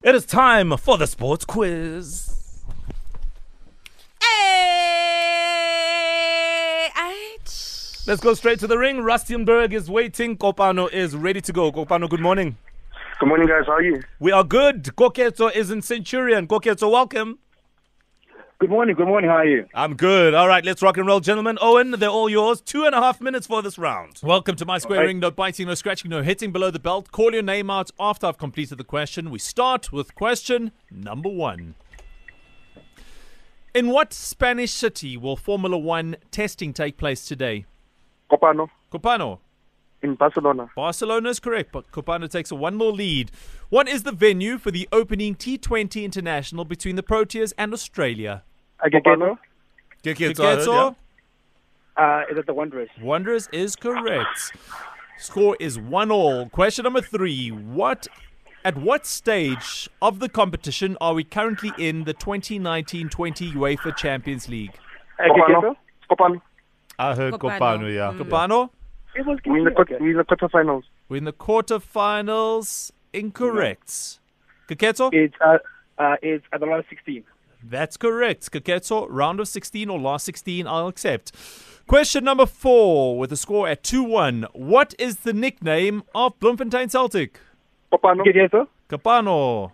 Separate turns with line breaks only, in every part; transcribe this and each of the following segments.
It is time for the sports quiz.
Hey! Aight.
Let's go straight to the ring. Rustenberg is waiting. Kopano is ready to go. Kopano, good morning.
Good morning, guys. How are you?
We are good. Koketo is in Centurion. Koketo, welcome.
Good morning. Good morning. How are you?
I'm good. All right, let's rock and roll, gentlemen. Owen, they're all yours. Two and a half minutes for this round.
Welcome to my square ring. No biting, no scratching, no hitting below the belt. Call your name out after I've completed the question. We start with question number one. In what Spanish city will Formula One testing take place today?
Copano
Copano.
in Barcelona.
Barcelona is correct, but Copano takes a 1 0 lead. What is the venue for the opening T20 International between the Proteas and Australia?
Copano.
Keketso?
Uh, is it the Wanderers?
Wanderers is correct. Score is one all. Question number three. What at what stage of the competition are we currently in the 2019-20 UEFA Champions League?
Copano. Copano.
I heard
Kopano.
Kopano, yeah.
Cabano,
We're in the quarter, we're in the quarterfinals.
we're in the quarterfinals. Incorrect. Keketso?
It's uh, uh, it's at the last 16.
That's correct. Keketso, round of 16 or last 16, I'll accept. Question number four with a score at 2-1. What is the nickname of Bloemfontein Celtic?
Copano. Yes,
Capano.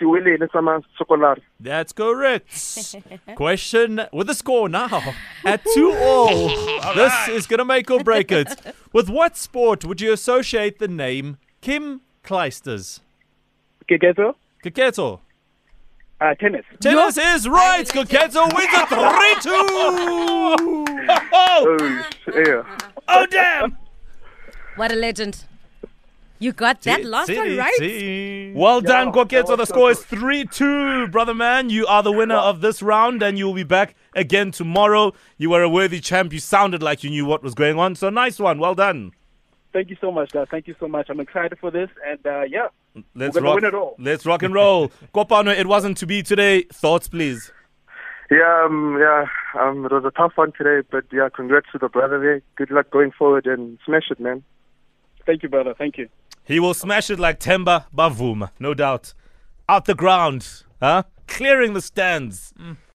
Siwele Nesama Sokolar.
That's correct. Question with a score now at two all. this is going to make or break it. With what sport would you associate the name Kim Kleisters?
Kegezo.
Kaketo.
Uh, tennis.
Tennis is right. Kaketo wins it 3 2.
Oh, yeah.
Oh, damn.
What a legend. You got that last one right.
Well done, Koketo.
that
The
was so
score is
good.
3 2. Brother man, you are the winner of this round, and you'll be back again tomorrow. You were a worthy champ. You sounded like you knew what was going on. So, nice one. Well done.
Thank you so much, guys. Thank you so much. I'm excited for this, and uh, yeah.
Let's
We're gonna
rock.
win it all.
Let's rock and roll. Kopano, it wasn't to be today. Thoughts, please.
Yeah, um, yeah. Um, it was a tough one today, but yeah, congrats to the brother there. Good luck going forward and smash it, man. Thank you, brother. Thank you.
He will smash it like Temba Bavuma, no doubt. Out the ground, huh? Clearing the stands.